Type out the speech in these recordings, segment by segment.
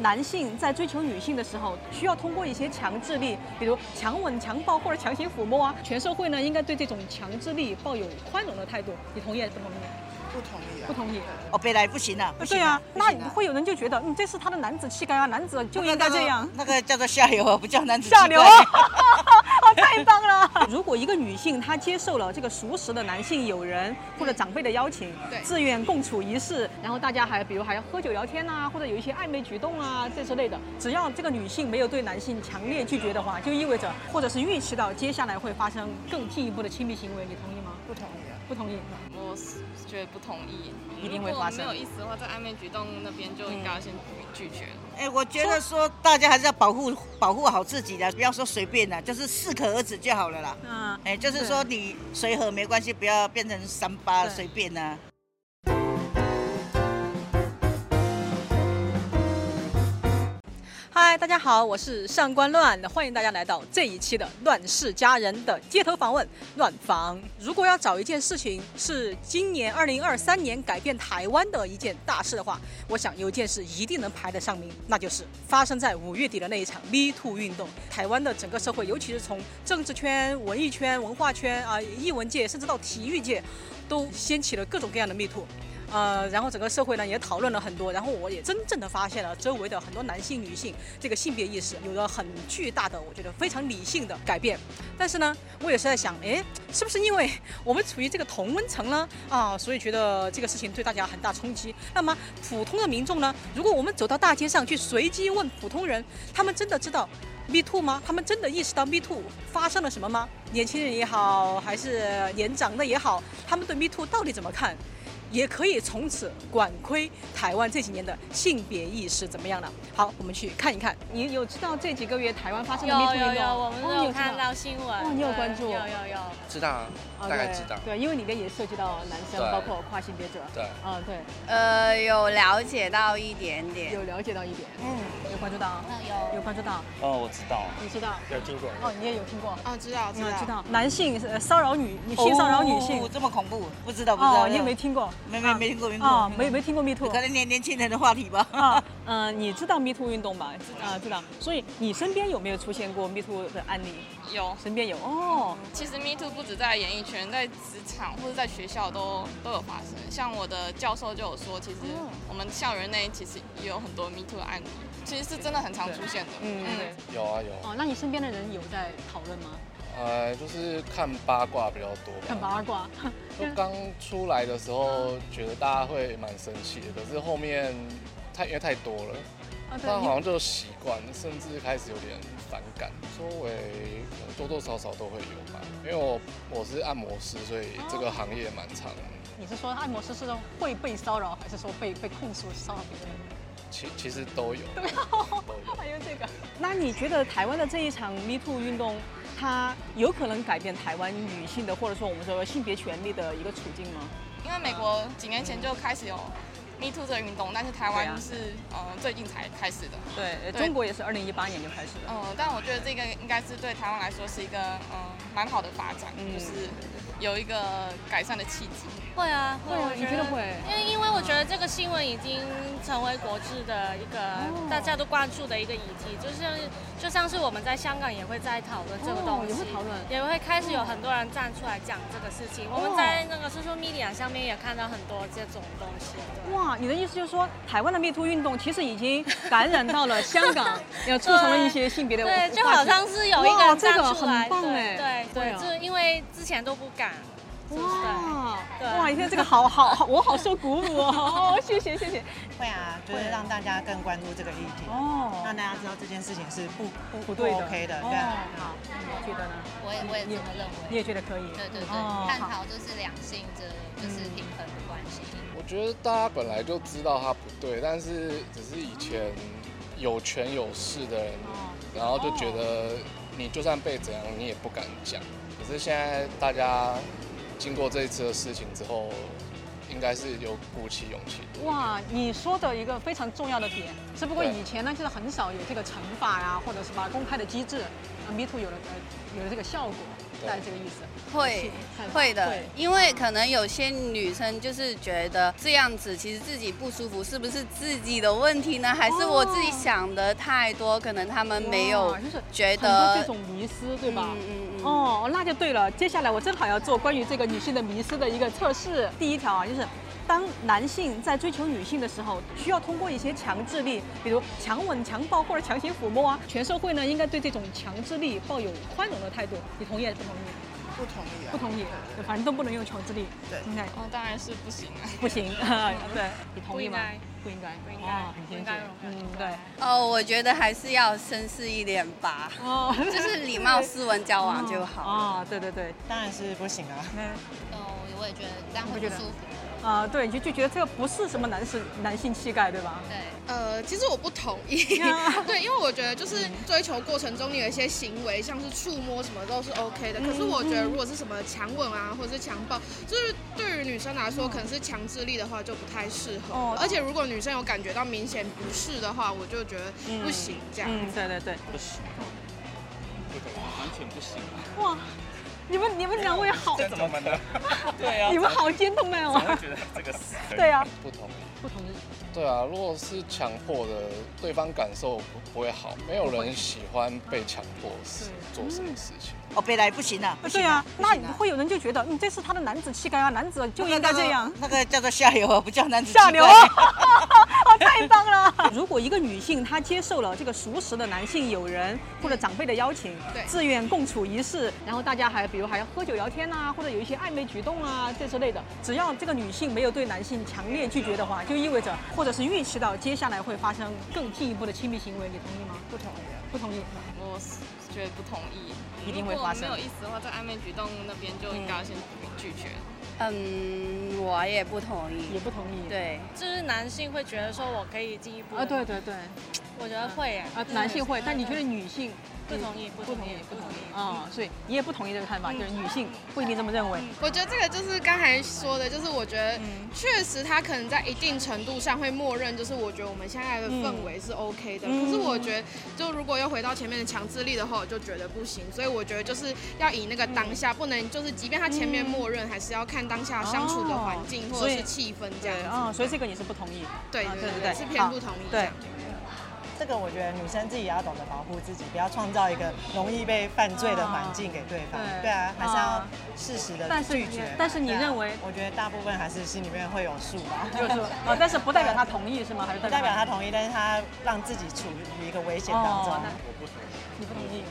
男性在追求女性的时候，需要通过一些强制力，比如强吻、强抱或者强行抚摸啊。全社会呢，应该对这种强制力抱有宽容的态度。你同意还是不同意？不同意啊不。同意。哦，本来不行啊，不行对啊，那不行会有人就觉得，嗯，这是他的男子气概啊，男子就应该那个这样。那个叫做下流啊，不 叫男子下气流概啊！啊，太棒了！ 如果一个女性她接受了这个熟识的男性友人或者长辈的邀请，对自愿共处一室，然后大家还比如还要喝酒聊天啊，或者有一些暧昧举动啊这之类的，只要这个女性没有对男性强烈拒绝的话，就意味着或者是预期到接下来会发生更进一步的亲密行为，你同意吗？不同意啊。不同意。我是觉得不同意，一定会发生如果没有意思的话，在暧昧举动那边就应该要先拒拒绝了。哎，我觉得说大家还是要保护保护好自己的，不要说随便的，就是适可而止就好了啦。嗯，哎，就是说你随和没关系，不要变成三八对随便啊。嗨，大家好，我是上官乱，欢迎大家来到这一期的《乱世佳人》的街头访问乱访。如果要找一件事情是今年二零二三年改变台湾的一件大事的话，我想有一件事一定能排得上名，那就是发生在五月底的那一场 Me Too 运动。台湾的整个社会，尤其是从政治圈、文艺圈、文化圈啊、艺文界，甚至到体育界，都掀起了各种各样的 Me Too。呃，然后整个社会呢也讨论了很多，然后我也真正的发现了周围的很多男性、女性这个性别意识有了很巨大的，我觉得非常理性的改变。但是呢，我也是在想，诶，是不是因为我们处于这个同温层呢？啊，所以觉得这个事情对大家很大冲击。那么普通的民众呢，如果我们走到大街上去随机问普通人，他们真的知道 Me Too 吗？他们真的意识到 Me Too 发生了什么吗？年轻人也好，还是年长的也好，他们对 Me Too 到底怎么看？也可以从此管窥台湾这几年的性别意识怎么样了。好，我们去看一看。你有知道这几个月台湾发生的 Me Too 运动？哦你知道新闻哦你有关注对有有。知道啊，啊大概对知道。对，因为里面也涉及到男生，对包括跨性别者。对啊，对，呃，有了解到一点点。有了解到一点，嗯，有关注到，有关注到，哦，我知道，你知道？有听过。哦，你也有听过。哦，知道嗯，知。道男性呃骚扰女，女性骚扰女性哦，这么恐怖，不知道不知道。哦，你也没听过，没没啊没听过没听过哦没，听过没没听过 Me Too，可能年年轻人的话题吧。 啊，嗯、你知道 Me Too 运动吧？知啊，知道。所以你身边有没有出现过 Me Too 的案例？有，身边有哦，其实 Me Too 不止在演艺圈，在职场或者在学校都都有发生。像我的教授就有说，其实哦我们校园内其实也有很多 Me Too 的案例，其实是真的很常出现的。嗯，对。有啊有啊，哦，那你身边的人有在讨论吗？呃，就是看八卦比较多吧。看八卦，就刚出来的时候，觉得大家会蛮生气的，可是后面太因为太多了，啊，那好对，像就习惯，甚至开始有点反感。周围可能多多少少都会有吧，因为我我是按摩师，所以这个行业蛮长。你是说按摩师是会被骚扰，还是说被被控诉骚扰别人？其其实都有，都有。还有这个。那你觉得台湾的这一场 Me Too 运动，它有可能改变台湾女性的，或者说我们说性别权利的一个处境吗？因为美国几年前就开始有 Me Too 这个运动，但是台湾对啊是、呃最近才开始的。对，对中国也是二零一八年就开始了。嗯、但我觉得这个应该是对台湾来说是一个嗯蛮好的发展，嗯就是有一个改善的契机。会啊，会，会啊我你觉得会因为因为我觉得这个新闻已经成为国际的一个哦大家都关注的一个议题，就是就像是我们在香港也会在讨论这个哦东也西会，讨论。哦也会开始有很多人站出来讲这个事情。我们在那个 social media 上面也看到很多这种东西。对哇，你的意思就是说，台湾的 Me Too 运动其实已经感染到了 香港，也促成了一些性 别的对，就话题好像是有一个哇人这站个出来，很棒哎对对对啊对，就是因为之前都不敢，是不是？哇对哇！你看这个 好好好，我好受鼓舞哦，哦谢谢谢谢。会啊，就是让大家更关注这个议题，哦让大家知道这件事情是不不不对的 OK 的，哦对啊。好，你觉得呢？我也我也这么认你为。也觉得可以？对对对，哦探好讨就是两性这就是平衡的关系。我觉得大家本来就知道他不对，但是只是以前有权有势的人，哦然后就觉得你就算被怎样，你也不敢讲。可是现在大家经过这一次的事情之后，应该是有鼓起勇气的。哇，你说的一个非常重要的点，只不过对以前呢，就是很少有这个惩罚呀、或者什么公开的机制，呃 Me Too 有了呃有了这个效果。带这个意思？会看法会的会，因为可能有些女生就是觉得这样子，其实自己不舒服，是不是自己的问题呢？还是我自己想的太多？可能她们没有哇就是觉很多这得，种迷思，对吧？嗯嗯嗯，哦，那就对了。接下来我正好要做关于这个女性的迷思的一个测试。第一条啊，就是当男性在追求女性的时候，需要通过一些强制力，比如强吻、强抱或者强行抚摸啊。全社会呢，应该对这种强制力抱有宽容的态度。你同意还是不同意？不同意啊，不同意，反正都不能用强制力。对应该哦，当然是不行啊。不行。对，你同意吗？不应该，不应该哦，很坚不决应该有。嗯人不，应对该。哦，我觉得还是要绅士一点吧，哦，就 就是礼貌斯文交往就好了。 哦，对对对，当然是不行啊。那。哦，我也觉得这样会你不觉不得舒服。哎啊、对，你就就觉得这个不是什么男士男性气概，对 吧？对，呃，其实我不同意 Yeah ，对，因为我觉得就是嗯追求过程中你有一些行为，像是触摸什么都是 OK 的。可嗯是我觉得如果是什么强吻啊，或者是强暴，就是对于女生来嗯说，可能是强制力的话就不太适合。哦而且如果女生有感觉到明显不适的话，我就觉得不行这样。嗯，对对对，不行，这个完全不行啊！哇，你们你们两位好，这怎么 办呢？对啊你们好 gentleman 我会哦。觉得这个是对啊，不同意。不同意。对啊，如果是强迫的，对方感受不不会好，没有人喜欢被强迫是做什么事情。哦，别来不行啊，不行对啊，那不行啊会有人就觉得，嗯，这是他的男子气概啊，男子就应该这样。那个叫做下流啊，不叫男子气概下流啊！ 哦，太棒了！ 如果一个女性她接受了这个熟识的男性友人或者长辈的邀请，对自愿共处一室，然后大家还比如还要喝酒聊天呐、或者有一些暧昧举动啊这之类的，只要这个女性没有对男性强烈拒绝的话，就意味着或者是预期到接下来会发生更进一步的亲密行为，你同意吗？不同意，不同意。嗯我是觉得不同意，一定会发生如果没有意思的话，在暧昧举动那边就应该要先拒绝。嗯，我也不同也意。不同意。对，就是男性会觉得说我可以进一步啊，对，对对，我觉得会耶啊，男性会，但你觉得女性不同意不不同同意意，不不同同意意啊、所以你也不同意这个看法，就是女性不一定这么认为。我觉得这个就是刚才说的，就是我觉得嗯确实他可能在一定程度上会默认，就是我觉得我们现在的氛围是 OK 的。嗯可是我觉得，就如果又回到前面的强制力的话，我就觉得不行。所以我觉得就是要以那个当下，不能就是即便他前面默认，还是要看当下相处的环嗯境哦或者是气氛这样对子。啊、所以这个你是不同意。对啊对对对对对，对是偏不同意这对样。， 这个我觉得女生自己也要懂得保护自己，不要创造一个容易被犯罪的环境给对方。对对啊，还是啊要适时的但是拒你绝。但是你对啊认为我觉得大部分还是心里面会有数吧。就是 啊，但是不代表他同意是吗？还是不代表他同意，但是他让自己处于一个危险当中哦。那我不同意。你不同意？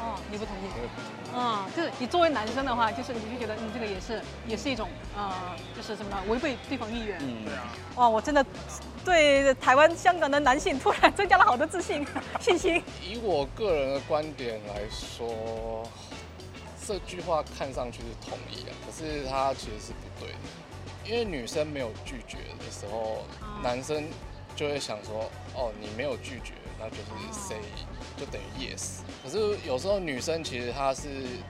哦，你不同意。嗯，就是你作为男生的话，就是你就觉得你这个也是也是一种呃，就是什么呢违背对方意愿。嗯，哇，我真的对台湾、香港的男性突然增加了好多自信 信心。以我个人的观点来说，这句话看上去是同意啊，可是它其实是不对的，因为女生没有拒绝的时候，男生就会想说，哦，你没有拒绝，那就是 say，就等于 yes。可是有时候女生其实她是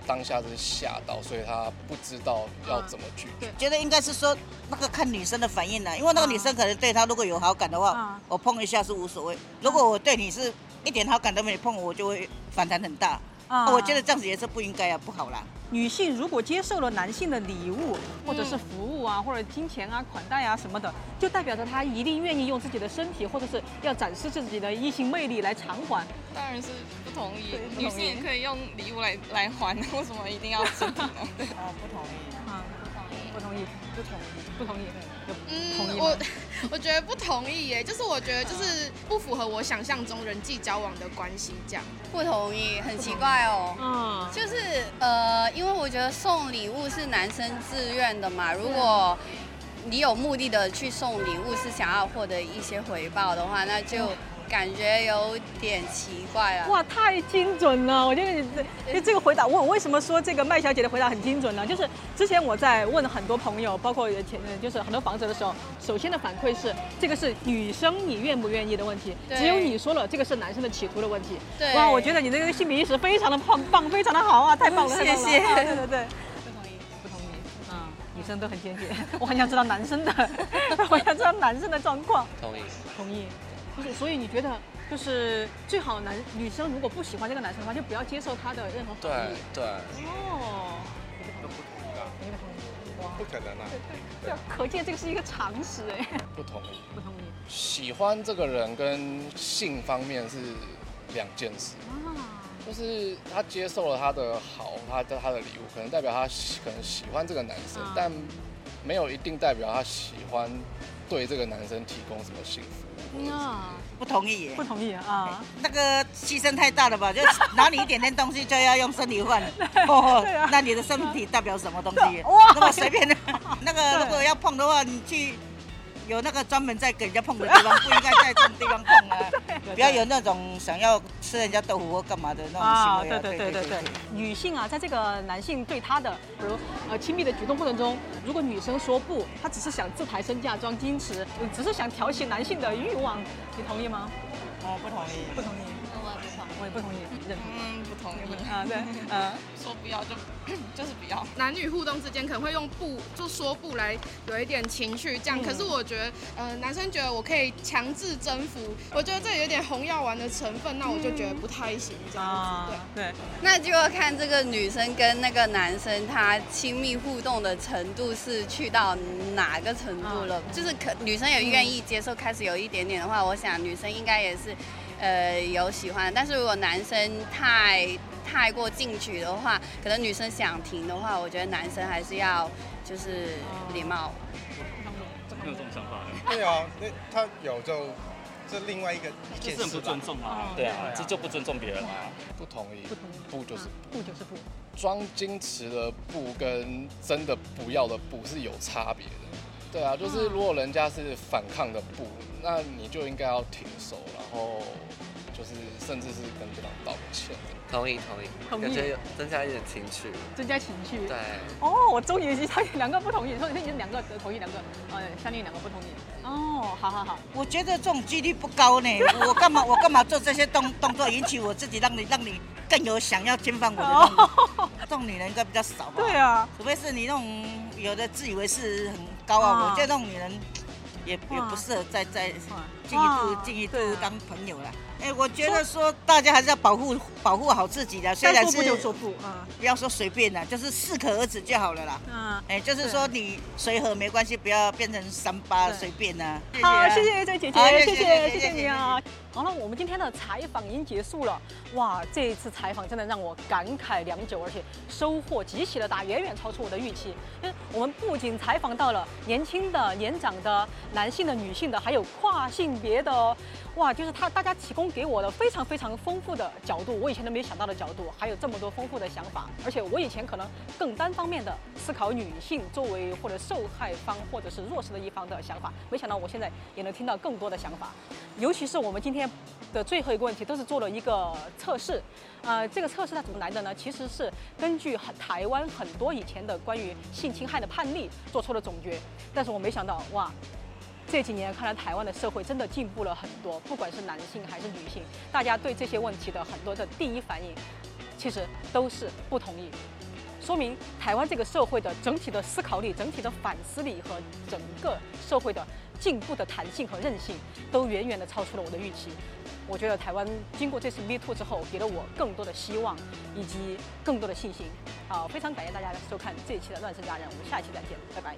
当下是吓到，所以她不知道要怎么拒绝。觉得应该是说那个看女生的反应啦、因为那个女生可能对他如果有好感的话，嗯我碰一下是无所谓；如果我对你是一点好感都没碰，我就会反弹很大。啊我觉得这样子也是不应该啊，不好啦。女性如果接受了男性的礼物，或者是嗯服务啊，或者金钱啊、款待啊什么的，就代表着她一定愿意用自己的身体，或者是要展示自己的异性魅力来偿还。当然是不同意对不，同意女性也可以用礼物来来还， 为什么一定要肢体呢？哦，不同意。嗯啊，不同意，不同意，不同意，有同意吗嗯，我 我觉得不同意耶，就是我觉得就是不符合我想象中人际交往的关系这样。不同意，很奇怪哦。嗯，就是呃，因为我觉得送礼物是男生自愿的嘛，如果你有目的的去送礼物，是想要获得一些回报的话，那就感觉有点奇怪了。哇，太精准了！我觉得你这你这个回答，我为什么说这个麦小姐的回答很精准呢？就是之前我在问很多朋友，包括也前就是很多房子的时候，首先的反馈是这个是女生你愿不愿意的问题，对只有你说了这个是男生的企图的问题。对哇，我觉得你这个性别意识非常的棒棒，非常的好啊，太棒了，谢太棒了嗯谢啊对对对，不同意，不同意，嗯，女生都很坚决， 我很想知道 男生的，我想知道男生的状况。同意。同意。不是，所以你觉得就是最好男女生如果不喜欢这个男生的话，就不要接受他的任何对好意。对，哦，都不同的，不可能啊！对，可见这个是一个常识哎。不同意。不同意喜欢这个人跟性方面是两件事，就是他接受了他的好，他的他的礼物，可能代表他喜可能喜欢这个男生嗯，但没有一定代表他喜欢对这个男生提供什么幸福。啊，不同意耶不，同意啊。那个牺牲太大 了吧？就拿你一点点东西就要用身体换，哦对啊，那你的身体代表什么东西？哇那么随 便的，那个对如果要碰的话，你去有那个专门在给人家碰的地方，不应该在这种地方 碰啊。不要有那种想要吃人家豆腐或干嘛的那种行啊，为啊！对对对对对，女性啊，在这个男性对她的，比如呃亲密的举动过程中，如果女生说不，她只是想自抬身价、装矜持，只是想挑起男性的欲望，你同意吗？我不同意，不同意，我也不爽。我也不同意，认同。嗯，不同意。啊，对，嗯，说不要就 就是不要。男女互动之间可能会用不就说不来有一点情绪这样，嗯可是我觉得，呃，男生觉得我可以强制征服，我觉得这有点红药丸的成分，那我就觉得不太行这样啊子。，对，那就要看这个女生跟那个男生他亲密互动的程度是去到哪个程度了。就是可女生也愿意接受，开始有一点点的话，我想女生应该也是，呃，有喜欢。但是如果男生太太过进取的话，可能女生想停的话，我觉得男生还是要就是礼貌。没有这种想法的，对啊，那他有就这另外一个一就件事是很不吧尊重啊。对啊，这这就不尊重别人啊。不同意，不同意，啊不就是不就是不。装矜持的不跟真的不要的不是有差别的。对嗯啊，就是如果人家是反抗的不，那你就应该要停手，然后就是甚至是跟对方道歉。同意同意，同意感觉有增加一点情趣。增加情 绪。对，哦，我终于他两个不同意，说你两个同意两个，呃，相应两个不同意。哦，好好好，我觉得这种几率不高呢。我干嘛我干嘛做这些动动作，引起我自己让你让你更有想要 侵犯我的那种、这种女人应该比较少吧？哦对啊，除非是你那种有的自以为是很高傲，啊我觉得那种女人也也哇不适合再再进一步哇进一步当朋友了。哎，我觉得说大家还是要保护保护好自己的，虽然该是说不就说不啊。不要说随便啦，就是适可而止就好了啦。嗯，哎，就是说你随和没关系，不要变成三八随便呐、啊。好，啊谢谢这位姐好姐，谢谢谢谢谢谢谢谢你啊！好了，我们今天的采访已经结束了。哇，这一次采访真的让我感慨良久，而且收获极其的大，远远超出我的预期。因为我们不仅采访到了年轻的、年长的、男性的、女性的，还有跨性别的哦。哇，就是他大家提供给我的非常非常丰富的角度，我以前都没想到的角度，还有这么多丰富的想法。而且我以前可能更单方面的思考女性作为或者受害方或者是弱势的一方的想法，没想到我现在也能听到更多的想法。尤其是我们今天的最后一个问题，都是做了一个测试。呃，这个测试它怎么来的呢？其实是根据很台湾很多以前的关于性侵害的判例做出了总结。但是我没想到，哇，这几年看来，台湾的社会真的进步了很多，不管是男性还是女性，大家对这些问题的很多的第一反应，其实都是不同意。说明台湾这个社会的整体的思考力、整体的反思力和整个社会的进步的弹性和韧性，都远远的超出了我的预期。我觉得台湾经过这次 Me Too 之后，给了我更多的希望以及更多的信心。啊，非常感谢大家的收看这一期的《乱世佳人》，我们下一期再见，拜拜。